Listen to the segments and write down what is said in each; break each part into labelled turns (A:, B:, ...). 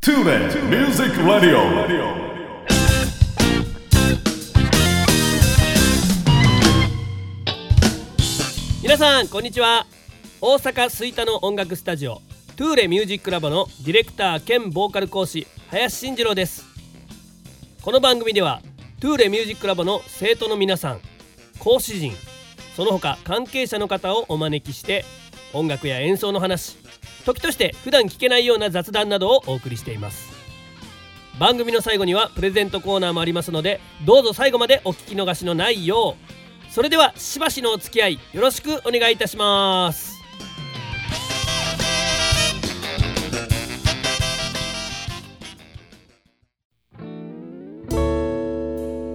A: Tune in Music Radio.
B: 皆さんこんにちは大阪吹田の音楽スタジオトゥーレミュージックラボのディレクター兼ボーカル講師林慎二郎ですこの番組ではトゥーレミュージックラボの生徒の皆さん講師陣その他関係者の方をお招きして音楽や演奏の話時として普段聞けないような雑談などをお送りしています番組の最後にはプレゼントコーナーもありますのでどうぞ最後までお聞き逃しのないようそれではしばしのお付き合いよろしくお願いいたします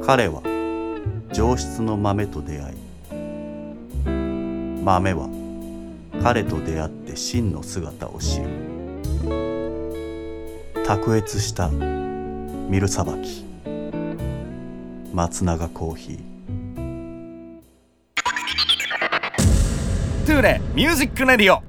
C: 彼は上質の豆と出会い豆は彼と出会って真の姿を知る卓越したミルさばき松永コーヒー
D: トゥーレミュージックレディオ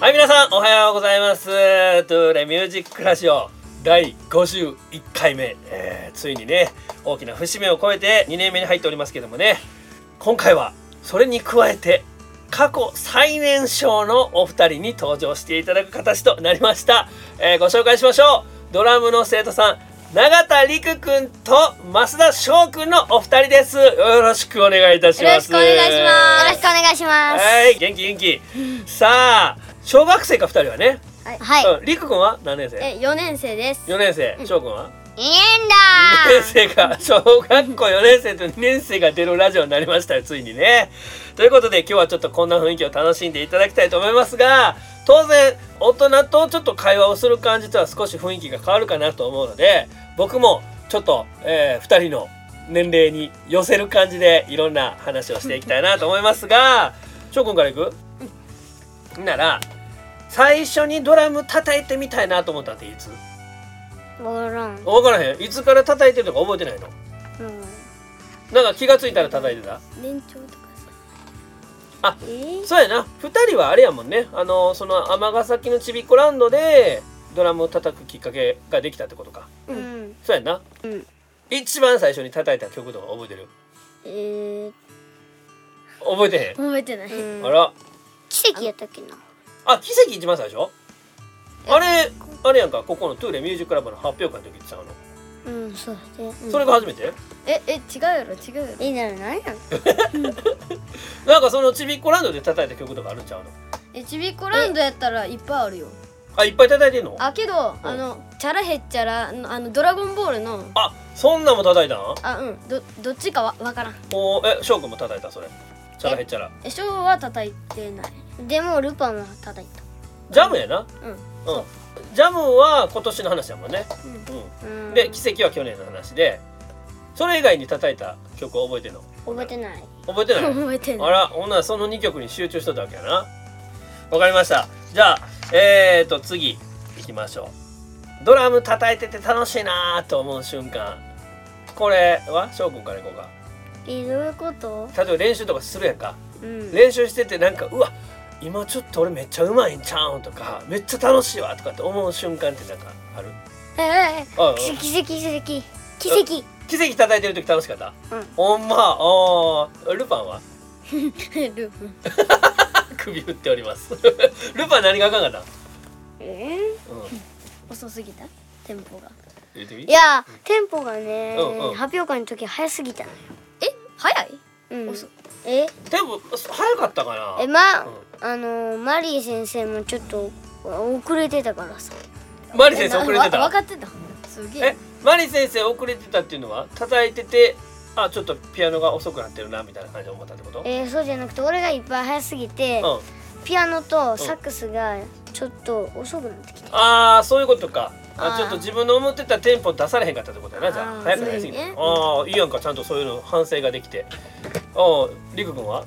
B: はい皆さんおはようございますトゥーレミュージックラジオ第51回目、えーついにね大きな節目を超えて2年目に入っておりますけどもね今回はそれに加えて過去最年少のお二人に登場していただく形となりました、えーご紹介しましょうドラムの生徒さん永田陸くんと増田翔くんのお二人ですよろしくお願いいたし
E: よろ
B: ま
E: し
B: す
E: くお願いします。よろしくお願いします。
B: はい、元気元気。さあ、小学生か二人はね。
E: はい。
B: うん、りくくんは何年生？
E: え、四年生です。
B: 四年生。しょうくんは？
E: いいん
B: 二年生か小学校四年生と二年生が出るラジオになりましたよついにね。ということで今日はちょっとこんな雰囲気を楽しんでいただきたいと思いますが、当然大人とちょっと会話をする感じとは少し雰囲気が変わるかなと思うので、僕もちょっと二、えー、二人の年齢に寄せる感じでいろんな話をしていきたいなと思いますが、翔くんからいく？なら最初にドラム叩いてみたいなと思ったっていつ？
E: だ。ボロン。
B: 分からへん。いつから叩いてるとか覚えてないの？
E: うん。
B: なんか気がついたら叩いてた
E: 年長とかさ。
B: あ
E: えー、
B: そうやな2人はあれやもんねあのその尼崎のちびっこランドでドラムを叩くきっかけができたってことか
E: うん。
B: そうやな
E: うん。
B: 一番最初に叩いた曲とか覚えてる
E: えー、
B: 覚えて
E: 覚えてない。
B: へんあら
E: 奇跡やったっけな。
B: あ奇跡一番最初あれあれやんかここのトゥーレミュージックラボの発表会の時言ってたの、
E: うん、そうで。
B: それが初めて
E: え、え、違うやろ、違うやろ。いいなら、なんやん。
B: なんかそのちびっこランドで叩いた曲とかあるんちゃうの
F: えちびっこランドやったらいっぱいあるよ
B: あいっぱい叩いてんのあ
F: あけどあのチャラへっちゃらのあのドラゴンボールの
B: そんなんも叩いたん
F: あうんどどっちかわわからん
B: おーえ翔くんも叩いたそれチャラへっちゃら
F: えショーは叩いてない
E: でも、ルパンは叩いた。
B: ジャムやな
F: うん
B: うん、ジャムは今年の話やもんね、
E: う。
B: うんんで奇跡は去年の話でそれ以外に叩いた曲覚えてんの
E: 覚えてない。
B: 覚えてない
F: 覚えて
B: あ
F: ない
B: らほんならその2曲に集中しとったわけやなわかりましたじゃあえーと次いきましょうドラム叩いてて楽しいなーと思う瞬間これは翔くんからいこうか
E: え、どういうこと。
B: 例えば練習とかするやんか
E: うん。
B: 練習しててなんかうわ今ちょっと俺めっちゃうまいんちゃうんとかめっちゃ楽しいわとかって思う瞬間ってなんかある
E: ええ
B: ああ
E: ー、奇跡、奇跡、奇跡。奇跡。
B: 奇跡叩いてる時楽しかった、
E: うん
B: ほんまあールパンは
F: ループ
B: 首振っております ルパン何があかんかった、
E: え
B: うん、
F: 遅すぎたテンポが
B: 言ってみ
E: いや、テンポがね、
B: うんうん
E: 発表会の時早すぎたのよ。
F: え早い
E: うん
F: 遅い
E: え
B: テンポ早かったかな
E: えま、
B: うん
E: あのーマリー先生もちょっと遅れてたからさ
B: マリ先生遅れて
F: わ分
B: た
F: かってたすげ
B: え
F: え
B: マリ先生遅れてたっていうのは叩いててあちょっとピアノが遅くなってるなみたいな感じで思ったってこと
E: えーそうじゃなくて俺がいっぱい早すぎて、
B: うん、
E: ピアノとサックスがちょっと遅くなってきた、
B: ああそういうことかあ
F: あー
B: ちょっと自分の思ってたテンポ出されへんかったってことやなじゃ
E: あ
B: あ
E: ー
B: 早くなりすぎた、
F: そうね
B: ああいいやんかちゃんとそういうの反省ができてあありくくんは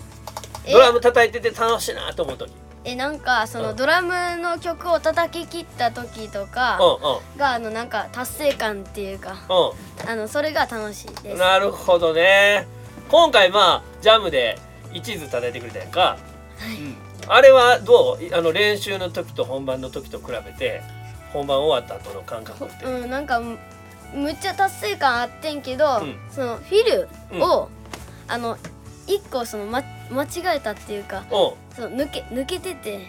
F: え
B: ドラム叩いてて楽しいなと思う時
F: えなんかそのドラムの曲を叩き切った時とか
B: う
F: があのなんか達成感っていうか
B: んうん
F: あのそれが楽しいで
B: うん
F: す
B: なるほどね今回まあジャムで一途叩いてくれたやんかあれはどういあの練習の時と本番の時と比べて本番終わった後の感覚って、
F: うんなんかむむっちゃ達成感あってんけど、
B: うん
F: そのフィルを、あの一個その、ま、間違えたっていうか
B: うん
F: その抜け抜けてて
B: うんうん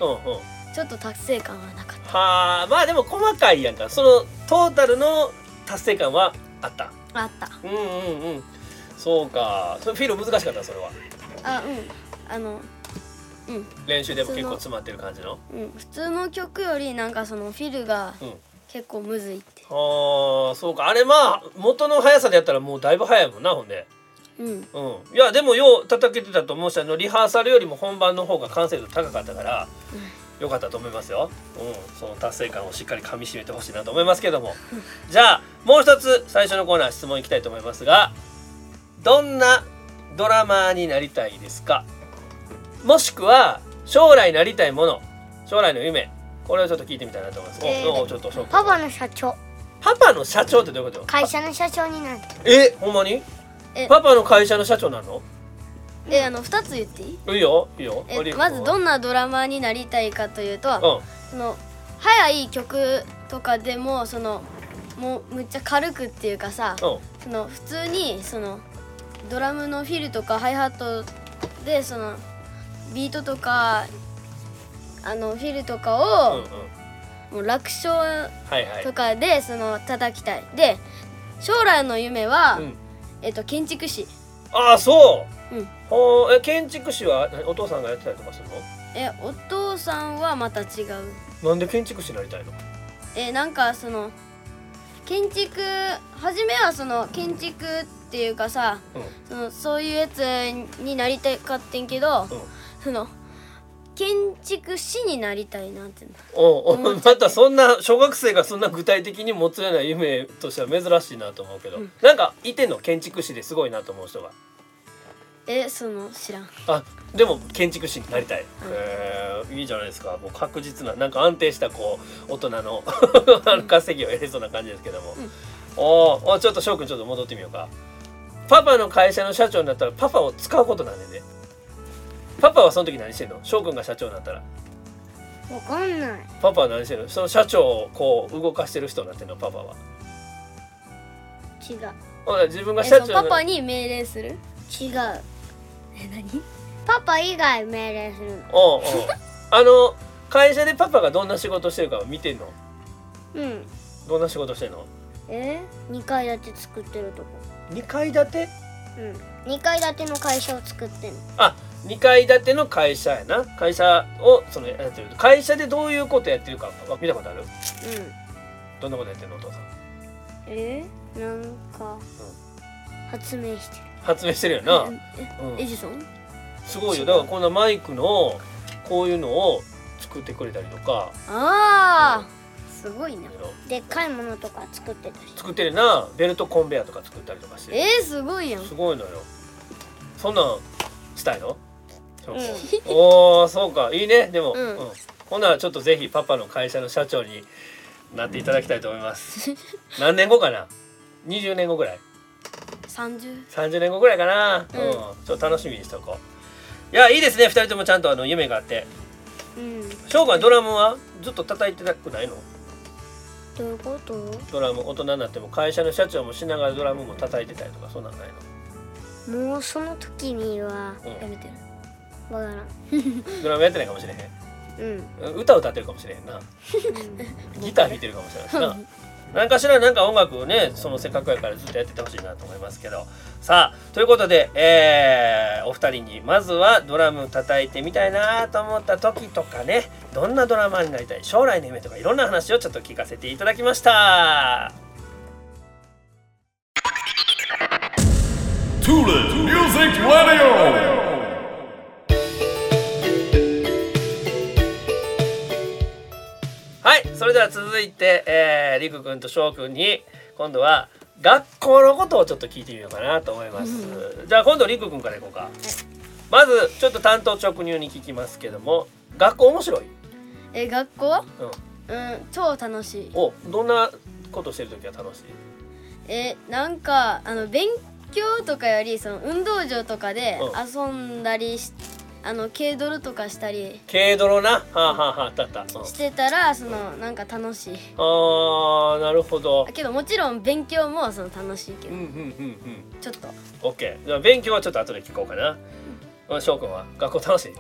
F: ちょっと達成感はなかっ
B: はあまあでも細かいやんかそのトータルの達成感はあった
F: たあった
B: うんうんうんそうかそれフィール難しかったそれは
F: あうんあのうん
B: 練習でも結構
F: 普
B: 詰まってる感じの
F: うん普通の曲よりなんかそのフィルが
B: うん
F: 結構むずいって
B: ああそうかあれまあ元の速さでやったらもうだいぶ速いもんなほんで
F: うん
B: うんいやでもよう叩けてたと思うしあのリハーサルよりも本番の方が完成度高かったから、良かったと思いますよ、うん、その達成感をしっかり噛みしめてほしいなと思いますけどもじゃあもう一つ最初のコーナー質問いきたいと思いますがどんなドラマーになりたいですかもしくは将来なりたいもの将来の夢これをちょっと聞いてみたいなと思います、お
E: えー
B: おうちょっと紹介
E: パパの社長
B: パパの社長ってどういうこと
E: 会社の社長になる
B: えほんまに
F: え
B: パパの会社の社長なの
F: えあの2つ言っていい
B: いいよいいよ
F: え
B: オリーブ
F: まずど
B: うん
F: んなドラマーになりたいかというと、その速い曲とかでもそのもうむっちゃ軽くっていうかさ
B: うん
F: その普通にそのドラムのフィルとかハイハットでそのビートとかあのフィルとか
B: うん
F: を
B: うん
F: もう楽勝
B: はいはい
F: とかでその叩きたいで将来の夢は、
B: うん
F: えっと建築士
B: ああそう、
F: うん
B: ほうえ建築士は何お父さんがやってたりとかする
F: えお父さんはまた違う
B: のなんで建築士になりたいの
F: えーなんかその建築初めはその建築っていうかさ、
B: うん
F: そのそういうやつになりたかってんけど、その建築士になりたいなっていうの
B: おうおうまたそんな小学生がそんな具体的に持つような夢としては珍しいなと思うけど、なんかいてんの建築士ですごいなと思う人が
F: えーその知らん
B: あでも建築士になりたい、えーいいじゃないですかもう確実ななんか安定したこう大人の あの稼ぎを得れそうな感じですけども、おーおちょっと翔くんちょっと戻ってみようかパパの会社の社長になったらパパを使うことなんでねパパはその時何してんの翔くんが社長になったら
E: わかんない
B: パパは何してんのその社長をこう動かしてる人になってんのパパは
E: 違う
B: ほら自分が
F: えー
B: 社
F: そ
B: 長に
F: のパ
B: な
F: パに命令する
E: 違うえ何パパ以外命令する
B: おうおうあの会社でパパがどんな仕事してるかを見てんの
E: うん
B: どんな仕事してんの
E: え二階建て作ってるとこ
B: 2階建て
E: うん二階建ての会社を作ってる
B: あ2階建ての会社やな会社をそのやってる会社でどういうことやってるかあ見たことある
E: うん
B: どんなことやってるのお父さん
E: えなんか発明して
B: 発明してるよな、う
F: エ
B: ん、
F: ジソン
B: すごいよだからこんなマイクのこういうのを作ってくれたりとか
F: ああ、すごいな
E: るでっかいものとか作ってたし
B: 作ってるなベルトコンベヤーとか作ったりとかしてる
F: えー、すごいやん
B: すごいのよそんなんしたいの、おおそうかいいねでも、
F: うん
B: ほんならちょっとぜひパパの会社の社長になっていただきたいと思います 何年後かな20年後ぐらい
F: 30
B: 30年後ぐらいかな、うん
F: うん
B: ちょっと楽しみにしとこういやいいですね2人ともちゃんとあの夢があって
F: うん
B: 翔くんはドラムはずっと叩いてたくないの
E: どういうこと
B: ドラム大人になっても会社の社長もしながらドラムも叩いてたりとかそんなんないの
E: もうその時には
B: うん
F: やめてる
E: わからん
B: ドラムやってないかもしれへん
E: うん
B: 歌歌ってるかもしれへんなギター弾いてるかもしれないしな何かしらなんか音楽をねそのせっかくやからずっとやっててほしいなと思いますけどさあということで、えーお二人にまずはドラム叩いてみたいなと思った時とかねどんなドラマーになりたい将来の夢とかいろんな話をちょっと聞かせていただきました。
A: Tulip Music Radio.
B: はい、それでは続いて、えー、りくくんとしょうくんに今度は学校のことをちょっと聞いてみようかなと思います。じゃあ今度りくくんからいこうか。まずちょっと担当直入に聞きますけども、学校面白い。
F: えー学校
B: うん。
F: うん超楽しい
B: お、どんなことしてる時は楽しい。
F: えーなんかあの勉強とかよりその運動場とかで
B: うん
F: 遊んだりし、あの軽泥とかしたり
B: 軽泥なはあはあはああったあったうん
F: してたらそのなんか楽しい
B: あーなるほど
F: あけどもちろん勉強もその楽しいけ
B: う
F: ど
B: んうんうんうん
F: ちょっと
B: オッケーじゃあ勉強はちょっと後で聞こうかなうん翔くんは学校楽しい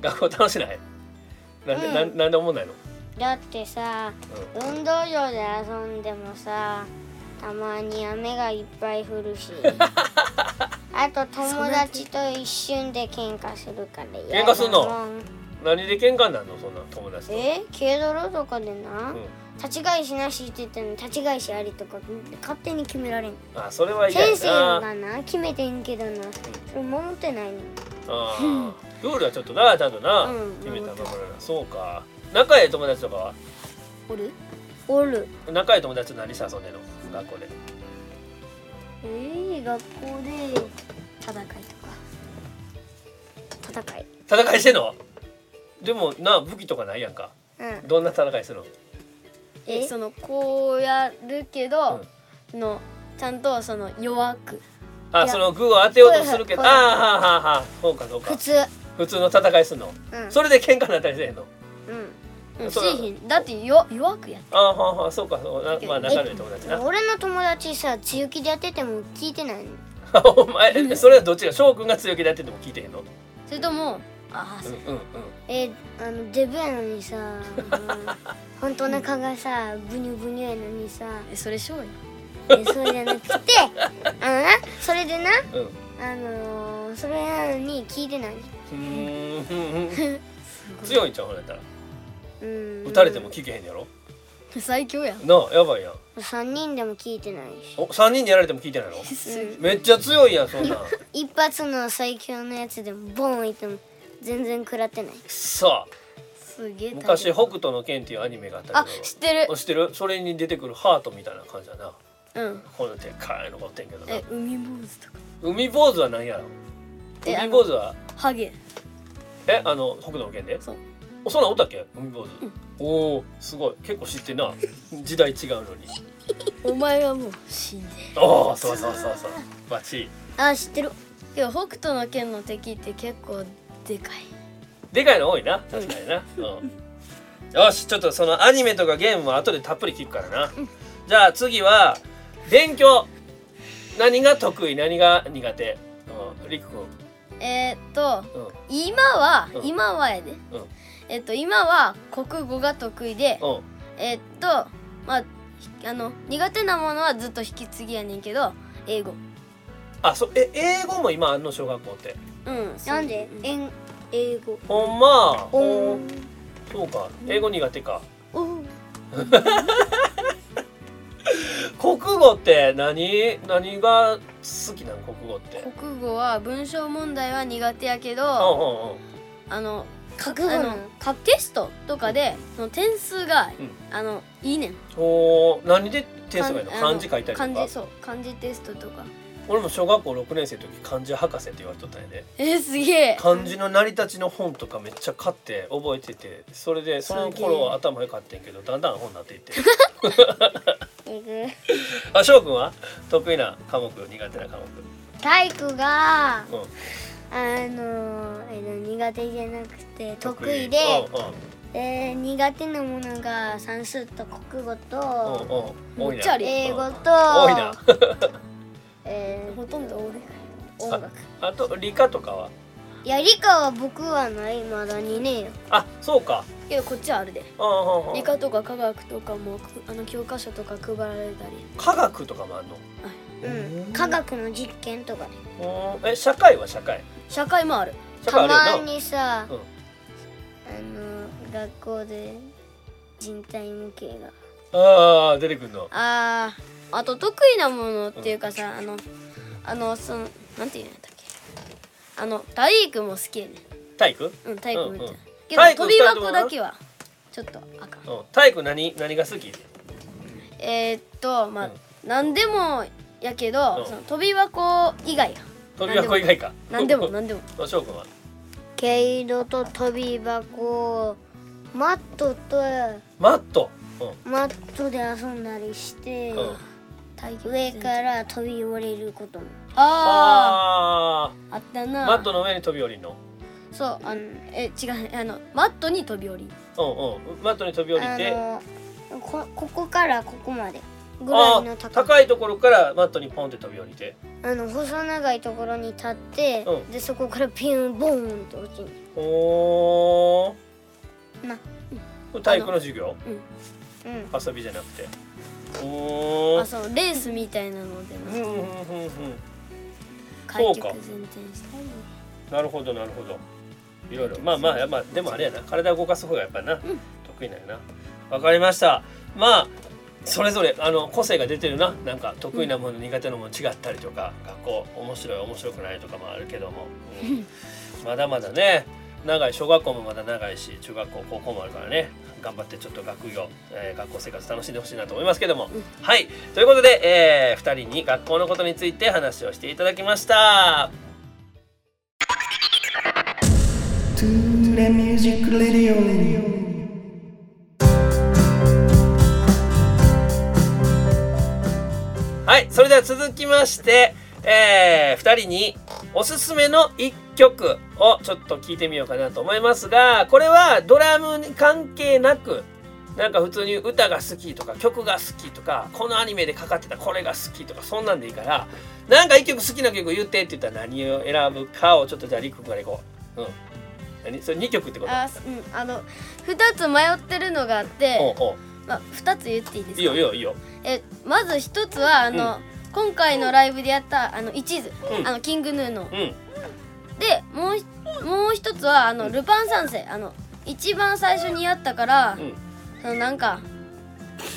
B: 学校楽しないなんで、
E: うん
B: なん、なんで思んないの
E: だってさ運動場で遊んでもさたまに雨がいっぱい降 るしあと友達と一瞬で喧嘩するから嫌だも
B: 喧嘩
E: ん
B: すんの何で喧嘩になんのそんな友達と
E: え軽泥とかでな、
B: うん
E: 立ち返しなしって言ったのに立ち返しありとか勝手に決められん
B: あそれは嫌や
E: 先
B: な
E: 生がな決めてんけどなそれ守ってないの
B: あールールはちょっとなちゃんとな、
E: うん
B: 決めたままだなそうか仲いい友達とかは
E: おるおる
B: 仲いい友達と何して遊んでんの学校で
E: えー、学校で戦いとか戦い
B: 戦いしてんのでもな武器とかないやんか
E: うん
B: どんな戦いするの
E: え
F: えそのこうやるけ
B: う
F: ど
B: ん、
F: そのちゃんとその弱く
B: あ
F: いや
B: その具を当てようとするけどあ
E: これ
B: あはあはあはあそうかそうか
E: 普通
B: 普通の戦いすんの、
E: うん
B: それで喧嘩になったりせえへんの
F: うんし
B: そうだ
F: いひんだってよ弱くやっ
B: ああはあはあそうかそうなまあ仲のいい友達な
E: 俺の友達さ強気でやってても聞いてないの
B: お前えそれはどっちが翔くんが強気でやってても聞いてへんのう
F: てそれともああ
B: んうんうん
E: えあのデブやの にさうん本当お腹がさブニュブニュやのに さ
F: えそれしょうよ
E: えそうじゃなくてあのなそれでな
B: うん
E: あのー、それなのに聞いてないの
B: うーん強いんちゃうほらやったら
E: うん
B: 撃たれても聞けへんやろ
F: 最強やん
B: なあやばいやん
E: 3人でも聞いてないし
B: お三人でやられても聞いてないのめっちゃ強いやんそんなん
E: 一発の最強のやつでもボンいっても全然食らってない
B: さあ
F: すげえ大変
B: 昔北斗の拳っていうアニメがあった
F: あ
B: けど
F: 知ってる
B: あ知ってるそれに出てくるハートみたいな感じだな
F: うん
B: このでっかいの持ってんけどな
F: え海坊主とか
B: 海坊主は何やろ
F: え
B: 海坊主は
F: ハゲ
B: えあの北斗の拳で
F: そう
B: おそんなんおったっけ海坊主、おおすごい結構知ってんな時代違うのに
F: お前はもう死んでる
B: おおそうそうそうそうバッチリ
E: あ知ってる
F: けど北斗の拳の敵って結構でかい
B: でかいの多いな確かにな、うん、よしちょっとそのアニメとかゲームは後でたっぷり聞くからな、じゃあ次は勉強何が得意何が苦手うんりくくん
F: えー、っと
B: うん
F: 今は、
B: うん
F: 今はやで、
B: うん
F: えっと今は国語が得意で、
B: うん
F: えっとまあひあの苦手なものはずっと引き継ぎやねんけど英語
B: あそえ英語も今あんの小学校って
F: うん
E: なんでえん英語
B: ほんま
E: おん
B: そうか英語苦手か
E: おん
B: 国語って何何が好きなん国語って
F: 国語は文章問題は苦手や
B: う
F: け
B: ん
F: ど、
B: うんうん
F: あの
E: 覚
F: あ
E: 悟
F: の
E: の
F: かテストとかで、その点数が、
B: う
F: あのいいねん
B: おー何で点数がいいの
F: かんあ
B: 漢字書いたりと
F: 漢
B: か
F: 字そう漢字テストとか
B: 俺も小学校6年生の時漢字博士って言われとったんやで
F: えー、すげえ
B: 漢字の成り立ちの本とかめっちゃ買って覚えててそれでその頃は頭良かったんやけどだんだん本になっていって
E: 英語
B: あ翔くんは得意な科目苦手な科
E: 体育が
B: 目、うん、
E: あのー、えの苦手じゃなくて得意で、
B: う
E: えー苦手なものが算数と国語
B: んうん
E: と
B: うんうん多い
F: めっちゃあ
B: な
F: る
E: 英語と
B: 多いな
E: えー
F: ほとんど俺
E: 音楽
B: あと理科とかはい
E: や理科は僕はないまだにねえよ
B: あそうか
F: けどこっちはあるで
B: うんうんうん
F: 理科とか科学とかもあの教科書とか配られたり
B: 科学とかもあんの
E: うん科学の実験とかで
B: うんえ社会は社会
F: 社会もある
B: 社会
E: た
B: あ
E: ま
B: るよな
E: にさ、
B: うん
E: あの学校で人体模型が
B: あー出てくんの
F: あーあと得意なものっていうかさ、あのあのそのなんていうんだっけあの体育も好きやね
B: 体育
F: うん体育めっちゃ、
B: うんうん
F: け
B: 体育
F: ど飛び
B: 二人とも
F: 箱
B: な
F: だけはちょっとあかん
B: うん体育何何が好き
F: えー、っとまあ、
B: うん
F: 何でもやけど、
B: うん
F: その飛び箱以外や
B: 飛び箱以外か
F: 何でも何でも
B: あ 翔くんは
E: 毛色と飛び箱マットと
B: マットうん
E: マットで遊んだりして、
B: うん
E: 上から飛び降りることも
F: あ
B: あ
F: ーあったな
B: ーマットの上に飛び降りんの
F: そうそうあのえ違う あのマットに飛び降り
B: うんうんマットに飛び降り
E: あ
B: て
E: のこここからここまでぐら
B: あ
E: いの高さ
B: 高いところからマットにポンって飛び降りて
E: あの細長いところに立って、
B: うん
E: でそこからピュンボーンと落ちる
B: おー
E: な
B: これ体育の授業
E: うん
B: 遊びじゃなくてお
F: あ
B: ー
F: そのレースみたいなので
B: ふん
F: も
B: ふんふんふん
F: 開
B: そう
F: 脚
B: か
F: 全転したり
B: なるほどなるほどいろいろまあまあまあでもあれやな体を動かす方がやっぱな、得意なんやなわかりましたまあそれぞれあの個性が出てるななんか得意なもの、苦手なもの違ったりとか学校面白い面白くないとかもあるけども、うんまだまだね長い小学校もまだ長いし中学校高校もあるからね頑張ってちょっと学業、えー学校生活楽しんでほしいなと思いますけども、はいということで、え2人に学校のことについて話をしていただきました。はい、それでは続きまして、え2人におすすめの1曲をちょっと聞いてみようかなと思いますがこれはドラムに関係なくなんか普通に歌が好きとか曲が好きとかこのアニメでかかってたこれが好きとかそんなんでいいからなんか1曲好きな曲言ってって言ったら何を選ぶかをちょっとじゃありっくんからいこう。うん何それ2曲ってこと
F: あうんあの2つ迷ってるのがあって
B: おうおう
F: まあ、2つ言っていいです
B: い
F: か
B: いよいいよいいよ。
F: えまず1つはあの、今回のライブでやったあの一途、
B: うん
F: あのキングヌーの
B: うん
F: でもうひもう1つはあのルパン三世あの一番最初にやったから、
B: うん
F: そのなんか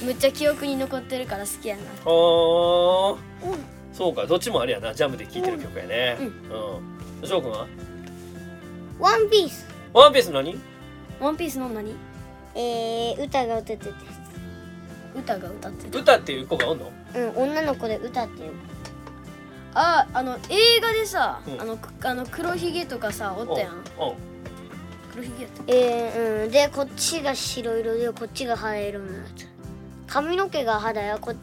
F: むっちゃ記憶に残ってるから好きやな
B: あーそうかどっちもあれやなジャムで聴いてる曲やねうん翔くんは
E: ワンピース
B: ワンピース何
F: ワンピースの何
E: えー、歌が歌ってて
F: 歌が歌ってた
B: 歌っていう子がおんの
E: うん女の子で歌ってる
F: ああの映画でさ、
B: うん
F: あのくあの黒ひげとかさおったやん
B: おう
F: 黒ひげやった
E: えー、うんでこっちが白色でこっちが肌色のやつ髪の毛が肌やこっ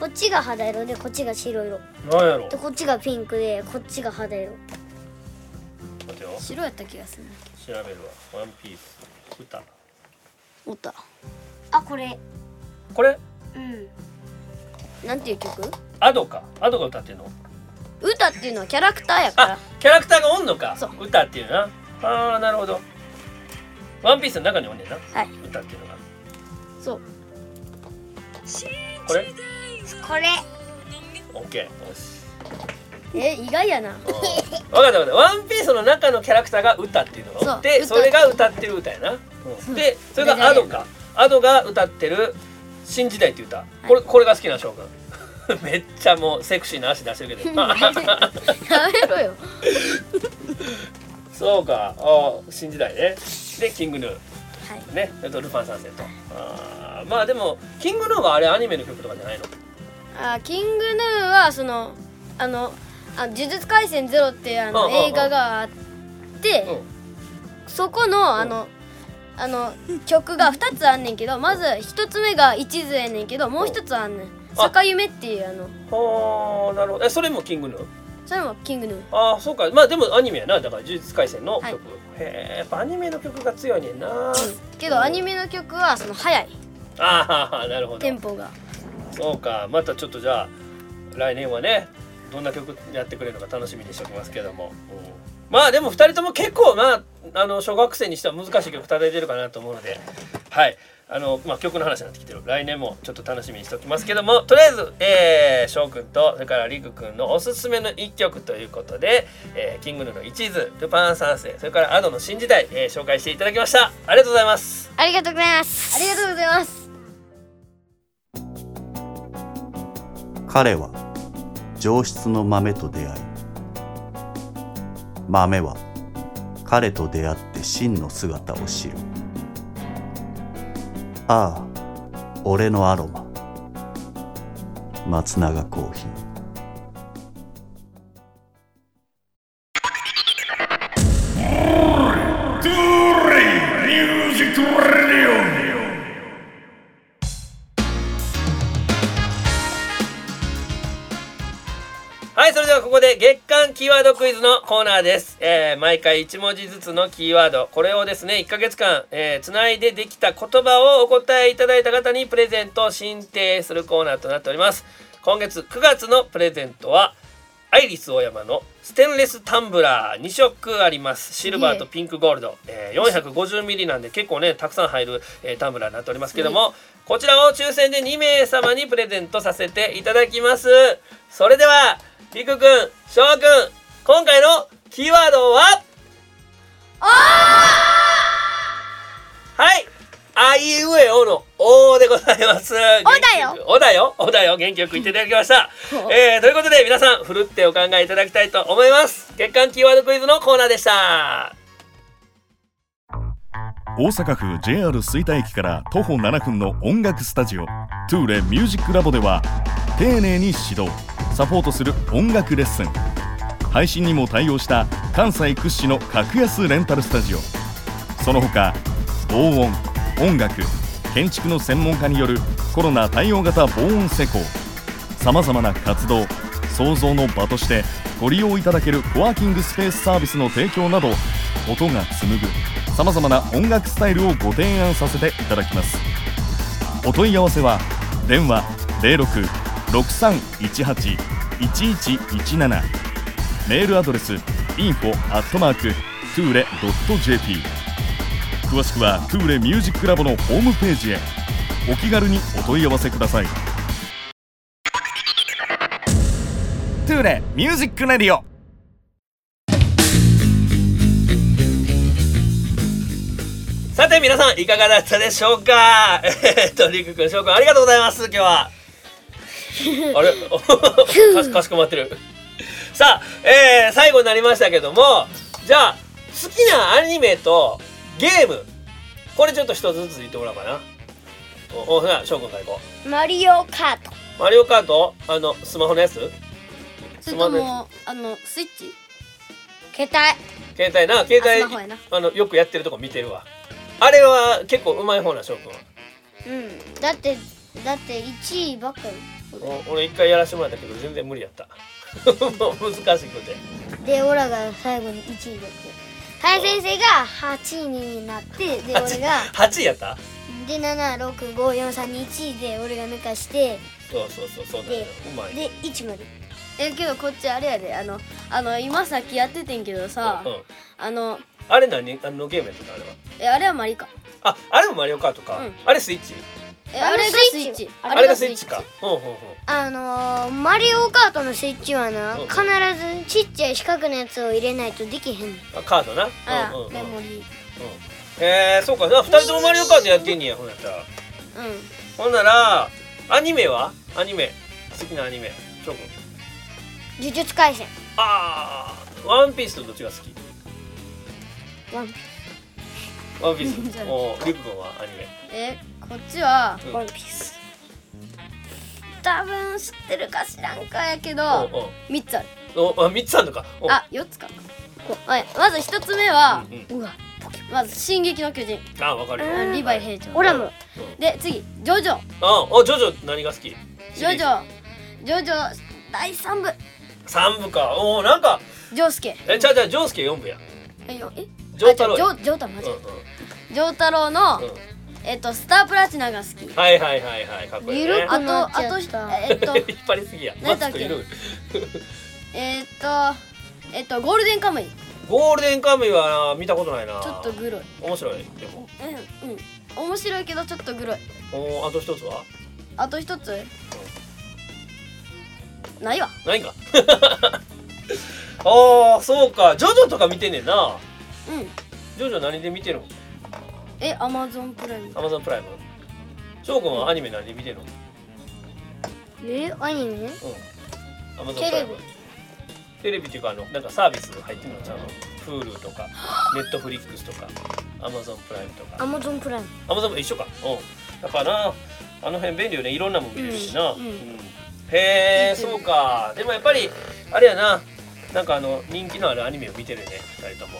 E: こっちが肌色でこっちが白
B: お
E: 色
B: う何やろ
E: でこっちがピンクでこっちが肌色
B: 待てよ
F: 白やった気がする
B: 調べるわワンピース歌
F: おった
E: あこれ
B: これ
E: うん
F: なんていう曲
B: アドかアドが歌ってんの
F: 歌っていうのはキャラクターやか
B: あ
F: ら
B: キャラクターがおんのか
F: そう
B: 歌っていうなあーなるほどワンピースの中におんねんな
F: はい
B: 歌っていうのが
F: そう
B: これ
E: これ
B: オッケーよし
F: え意外やな
B: 分かった分かったワンピースの中のキャラクターが歌っていうのがおって
F: そ
B: そう
F: 歌
B: れが歌ってる歌やな、うんでそれ
F: ダジャレ
B: がアドかアドが歌ってる「新時代」っていう歌これこれが好きな翔くん めっちゃもうセクシーな足出してるけど
F: やめろよ
B: そうかあー新時代ねでキングヌー、
F: い
B: ねあとルパン三世とあーまあでもキングヌーはあれアニメの曲とかじゃないの
F: あキングヌーはそのあのあ呪術廻戦ゼロっていうあ
B: うん
F: の
B: うんうん
F: 映画があって、そこのあの、あの曲が2つあんねんけどまず1つ目が一途やねんけどもう1つあんねん「
B: あ
F: 坂夢」っていうあの
B: はあなるほどえそれもキングヌー
F: それもキングヌー
B: ああそうかまあでもアニメやなだから呪術廻戦の曲、
F: はい
B: へえやっぱアニメの曲が強いねんな
F: けどアニメの曲はその速い
B: ああなるほ
F: テン
B: ど
F: ポが
B: そうかまたちょっとじゃあ来年はねどんな曲やってくれるのか楽しみにしておきますけども、うんまあでも2人とも結構まああの小学生にしては難しい曲叩いてるかなと思うのではいあの、まあ、曲の話になってきてる来年もちょっと楽しみにしておきますけどもとりあえず、えー、翔くんとそれからりくくんのおすすめの1曲ということで「えーキングヌーの一途」「ルパン三世」それから「アドの新時代、えー紹介していただきましたありがとうございます
E: ありがとうございます
F: ありがとうございます
C: 彼は上質の豆と出会い豆は彼と出会って真の姿を知るああ俺のアロマ松永コーヒー
B: はい、それではここで月刊間キーワードクイズのコーナーです、えー毎回1文字ずつのキーワードこれをですね1ヶ月間、えー、つないでできた言葉をお答えいただいた方にプレゼントを申請するコーナーとなっております今月9月のプレゼントはアイリスオーヤマのステンレスタンブラー2色ありますシルバーとピンクゴールド、えー、450ミリなんで結構ねたくさん入る、えータンブラーになっておりますけどもこちらを抽選で2名様にプレゼントさせていただきますそれではりくくんしょうくん今回のキーワードははいあいうえおのおでございます。お
F: だよ。
B: おだよ。おだよ。元気よく言っていただきま した。えー、ということで皆さん、ふるってお考えいただきたいと思います。月間キーワードクイズのコーナーでした。
A: 大阪府 JR 吹田駅から徒歩7分の音楽スタジオトゥーレミュージックラボでは丁寧に指導サポートする音楽レッスン配信にも対応した関西屈指の格安レンタルスタジオその他防音音楽建築の専門家によるコロナ対応型防音施工さまざまな活動創造の場としてご利用いただけるコワーキングスペースサービスの提供など音が紡ぐさまざまな音楽スタイルをご提案させていただきますお問い合わせは電話0663181117メールアドレス info at mark tule.jp 詳しくは Tule ミュージックラボのホームページへお気軽にお問い合わせください
D: トゥーレミュージックレディオ
B: さて皆さん、いかがだったでしょうか えーっと、りくくん、しょうくん、ありがとうございます、今日 は。あれ かしかしこまってる。さあ、えー、最後になりましたけども、じゃあ、好きなアニメとゲーム、これちょっと一つずつ言ってもらおうかな。お、お、ほな、しょうくんから行こう。
E: マリオカート
B: マリオカートあの、スマホのやつ
F: それともあのスイッチ
E: 携帯
B: 携帯な、携
F: あスマホや
B: 帯
F: な
B: あの、よくやってるとこ見てるわ。あれは結構うまい方な、しょうくんは。
E: うんだってだって1位ばっか
B: お俺一回やらせてもらったけど全然無理やった もう難しくて
E: りでオラが最後に1位だった林先生が8位になってで俺が
B: 8位やった
E: で7654321位で俺が抜かして
B: そうそうそうそうなんだよ
E: で
B: うまい
E: で1まで
F: えけどこっちあれやであのあの今さっきやっててんけどさ、
B: うんうん
F: あの
B: あれ何あのゲームやってたあれは
F: えあれはマリか
B: ああれもマリオカートか、
F: うん
B: あれスイッチ
F: え
E: あ
F: あ
E: れ
F: れ
E: が
F: が
E: ス
F: ス
E: イ
F: イ
E: ッ
F: ッ
E: チ
F: チ
B: あれがスイッチかほうほうほ
E: あのー、マリオカートのスイッチはな
B: うん
E: 必ずちっちゃい四角のやつを入れないとできへんの
B: うあカードな
F: あ
B: うんうんうん
F: メモリー
B: えー、そうかな2人ともマリオカートやってんねやほんなったら
F: うん
B: ほんならアニメはアニメ好きなアニメ翔くん
E: 呪術廻戦
B: あーワンピースとどっちが好き
E: ワンピ
B: ワンピースおーリュック君はアニメ
F: えこっちは
B: うん
E: ワンピース
F: 多分知ってるか知らんかやけ
B: お
F: ど
B: う
F: 3つある
B: おうおあ3つあんのかおう
F: あ4つかはいまず1つ目は
B: うん
E: うわ
F: まず「進撃の巨人
B: あわかるよ」
F: あのリヴァイ兵長
E: オラも
F: で次「ジョジョ」
B: あおジョジョ何が好き
F: 「ジョジョ」「ジョジョ」第3部
B: 三部かおおなんか
F: 「ジョウスケ
B: えじゃあじゃあジョウスケ四部や」
F: えよえ
B: ジョータロ
F: あ
B: ウ
F: じゃあジョジョータマ
B: う
F: ジ
B: んうん
F: ジョータロウの、
B: うん
F: えっとスタープラチナが好き
B: はいはいはいはいかっこいい
E: ゆ
B: ね
E: る
F: あ
E: くなっ
F: と
E: ちゃ
F: あ
E: っ
F: と
E: た
F: えっと
B: 引っ張りすぎやマ
F: 何だ
B: ツ
F: っ
B: コ
F: け
B: いる
F: えっとえっとゴールデンカムイち
B: ゴールデンカムイはな見たことないな
F: ょっとグロい
B: 面白いでも
F: うんうん面白いけどちょっとグロい
B: おーあと一つは
F: あと一つないわ
B: ないんか ああそうかジョジョとか見てんねんな
F: うん
B: ジョジョ何で見てるの
F: えアマゾンプライム
B: アマゾンプライム翔くんはアニメ何で見てるの
E: えアニメ
B: アマゾンプライムテレビっていうかあのなんかサービス入ってるのちゃうの Hulu とか Netflix とか Amazon プライムと
E: ア
B: か
E: マゾンプライム
B: Amazon も一緒かうんだからあの辺便利よねいろんなもん見れるしな、
F: うんうん
B: へえそうかでもやっぱりあれやななんかあの人気のあるアニメを見てるよね2人とも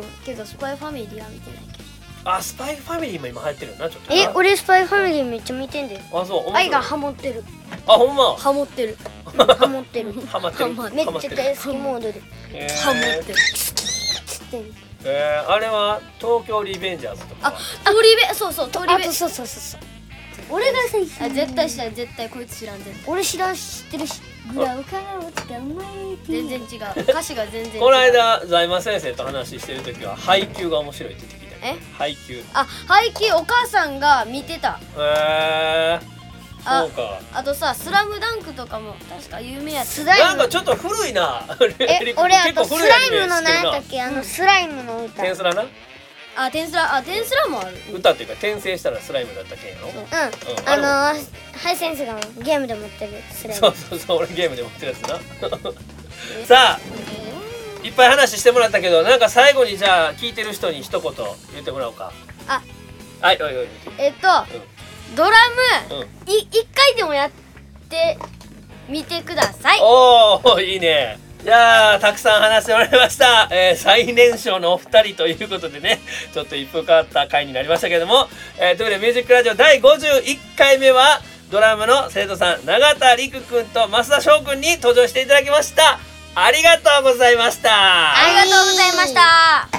F: うんけどスパイファミリーは見てないけど
B: あスパイファミリーも今流行ってるよなちょっとな
E: え俺スパイファミリーめっちゃ見てんだよ
B: あそう面白い
E: 愛がハモってる
B: あほんま
E: ハモってるハモってる
B: ハマってる
E: めっ
B: ハマって
E: ちゃ
B: る
E: 大好きモードで
B: えー
F: ハモってる
E: つってる
B: えーあれは東京リベンジャーズとか
F: あ鳥べそうそう鳥べ
E: あとそうそうそうそう俺が最初
F: あ絶対知らん絶対こいつ知らん絶対
E: 俺知らん知ってるしグラブから落ちたお前って
F: 全然違う歌詞が全然違う
B: この間財務先生と話してる時は配給が面白いって聞いたよ
F: え
B: 配給
F: あ背景お母さんが見てた
B: えー、
F: あ
B: そうか
F: あとさ「スラムダンクとかも確か有名やつ
E: スライ
B: なん
E: ム
B: かちょっと古いな
E: え
B: 結構
E: 俺あとス
B: 古いア
E: ライ
B: ニメ
E: ムの
B: 知って
E: 何
B: るな
E: だっけあのスライムの歌う
B: 転
E: ん
B: スラな
F: あテンスラあテンスラもある
B: 歌っていうか転生したらスライムだったけんやろうん
E: あのハイセンスがゲームで持ってるスライ
B: そ
E: ム
B: うそうそう俺ゲームで持ってるやつなさあいっぱい話してもらったけどなんか最後にじゃあ聞いてる人に一言言ってもらおうか
F: あ
B: はいおいおい
F: えっとドラム
B: うん
F: い一回でもやってみてください
B: おおいいねじゃあたくさん話してもらいました、えー最年少のお二人ということでねちょっと一風変わった回になりましたけれども「えー、トゥーレミュージックラジオ」第51回目はドラムの生徒さん永田陸くんと増田翔くんに登場していただきましたありがとうございました
F: ありがとうございました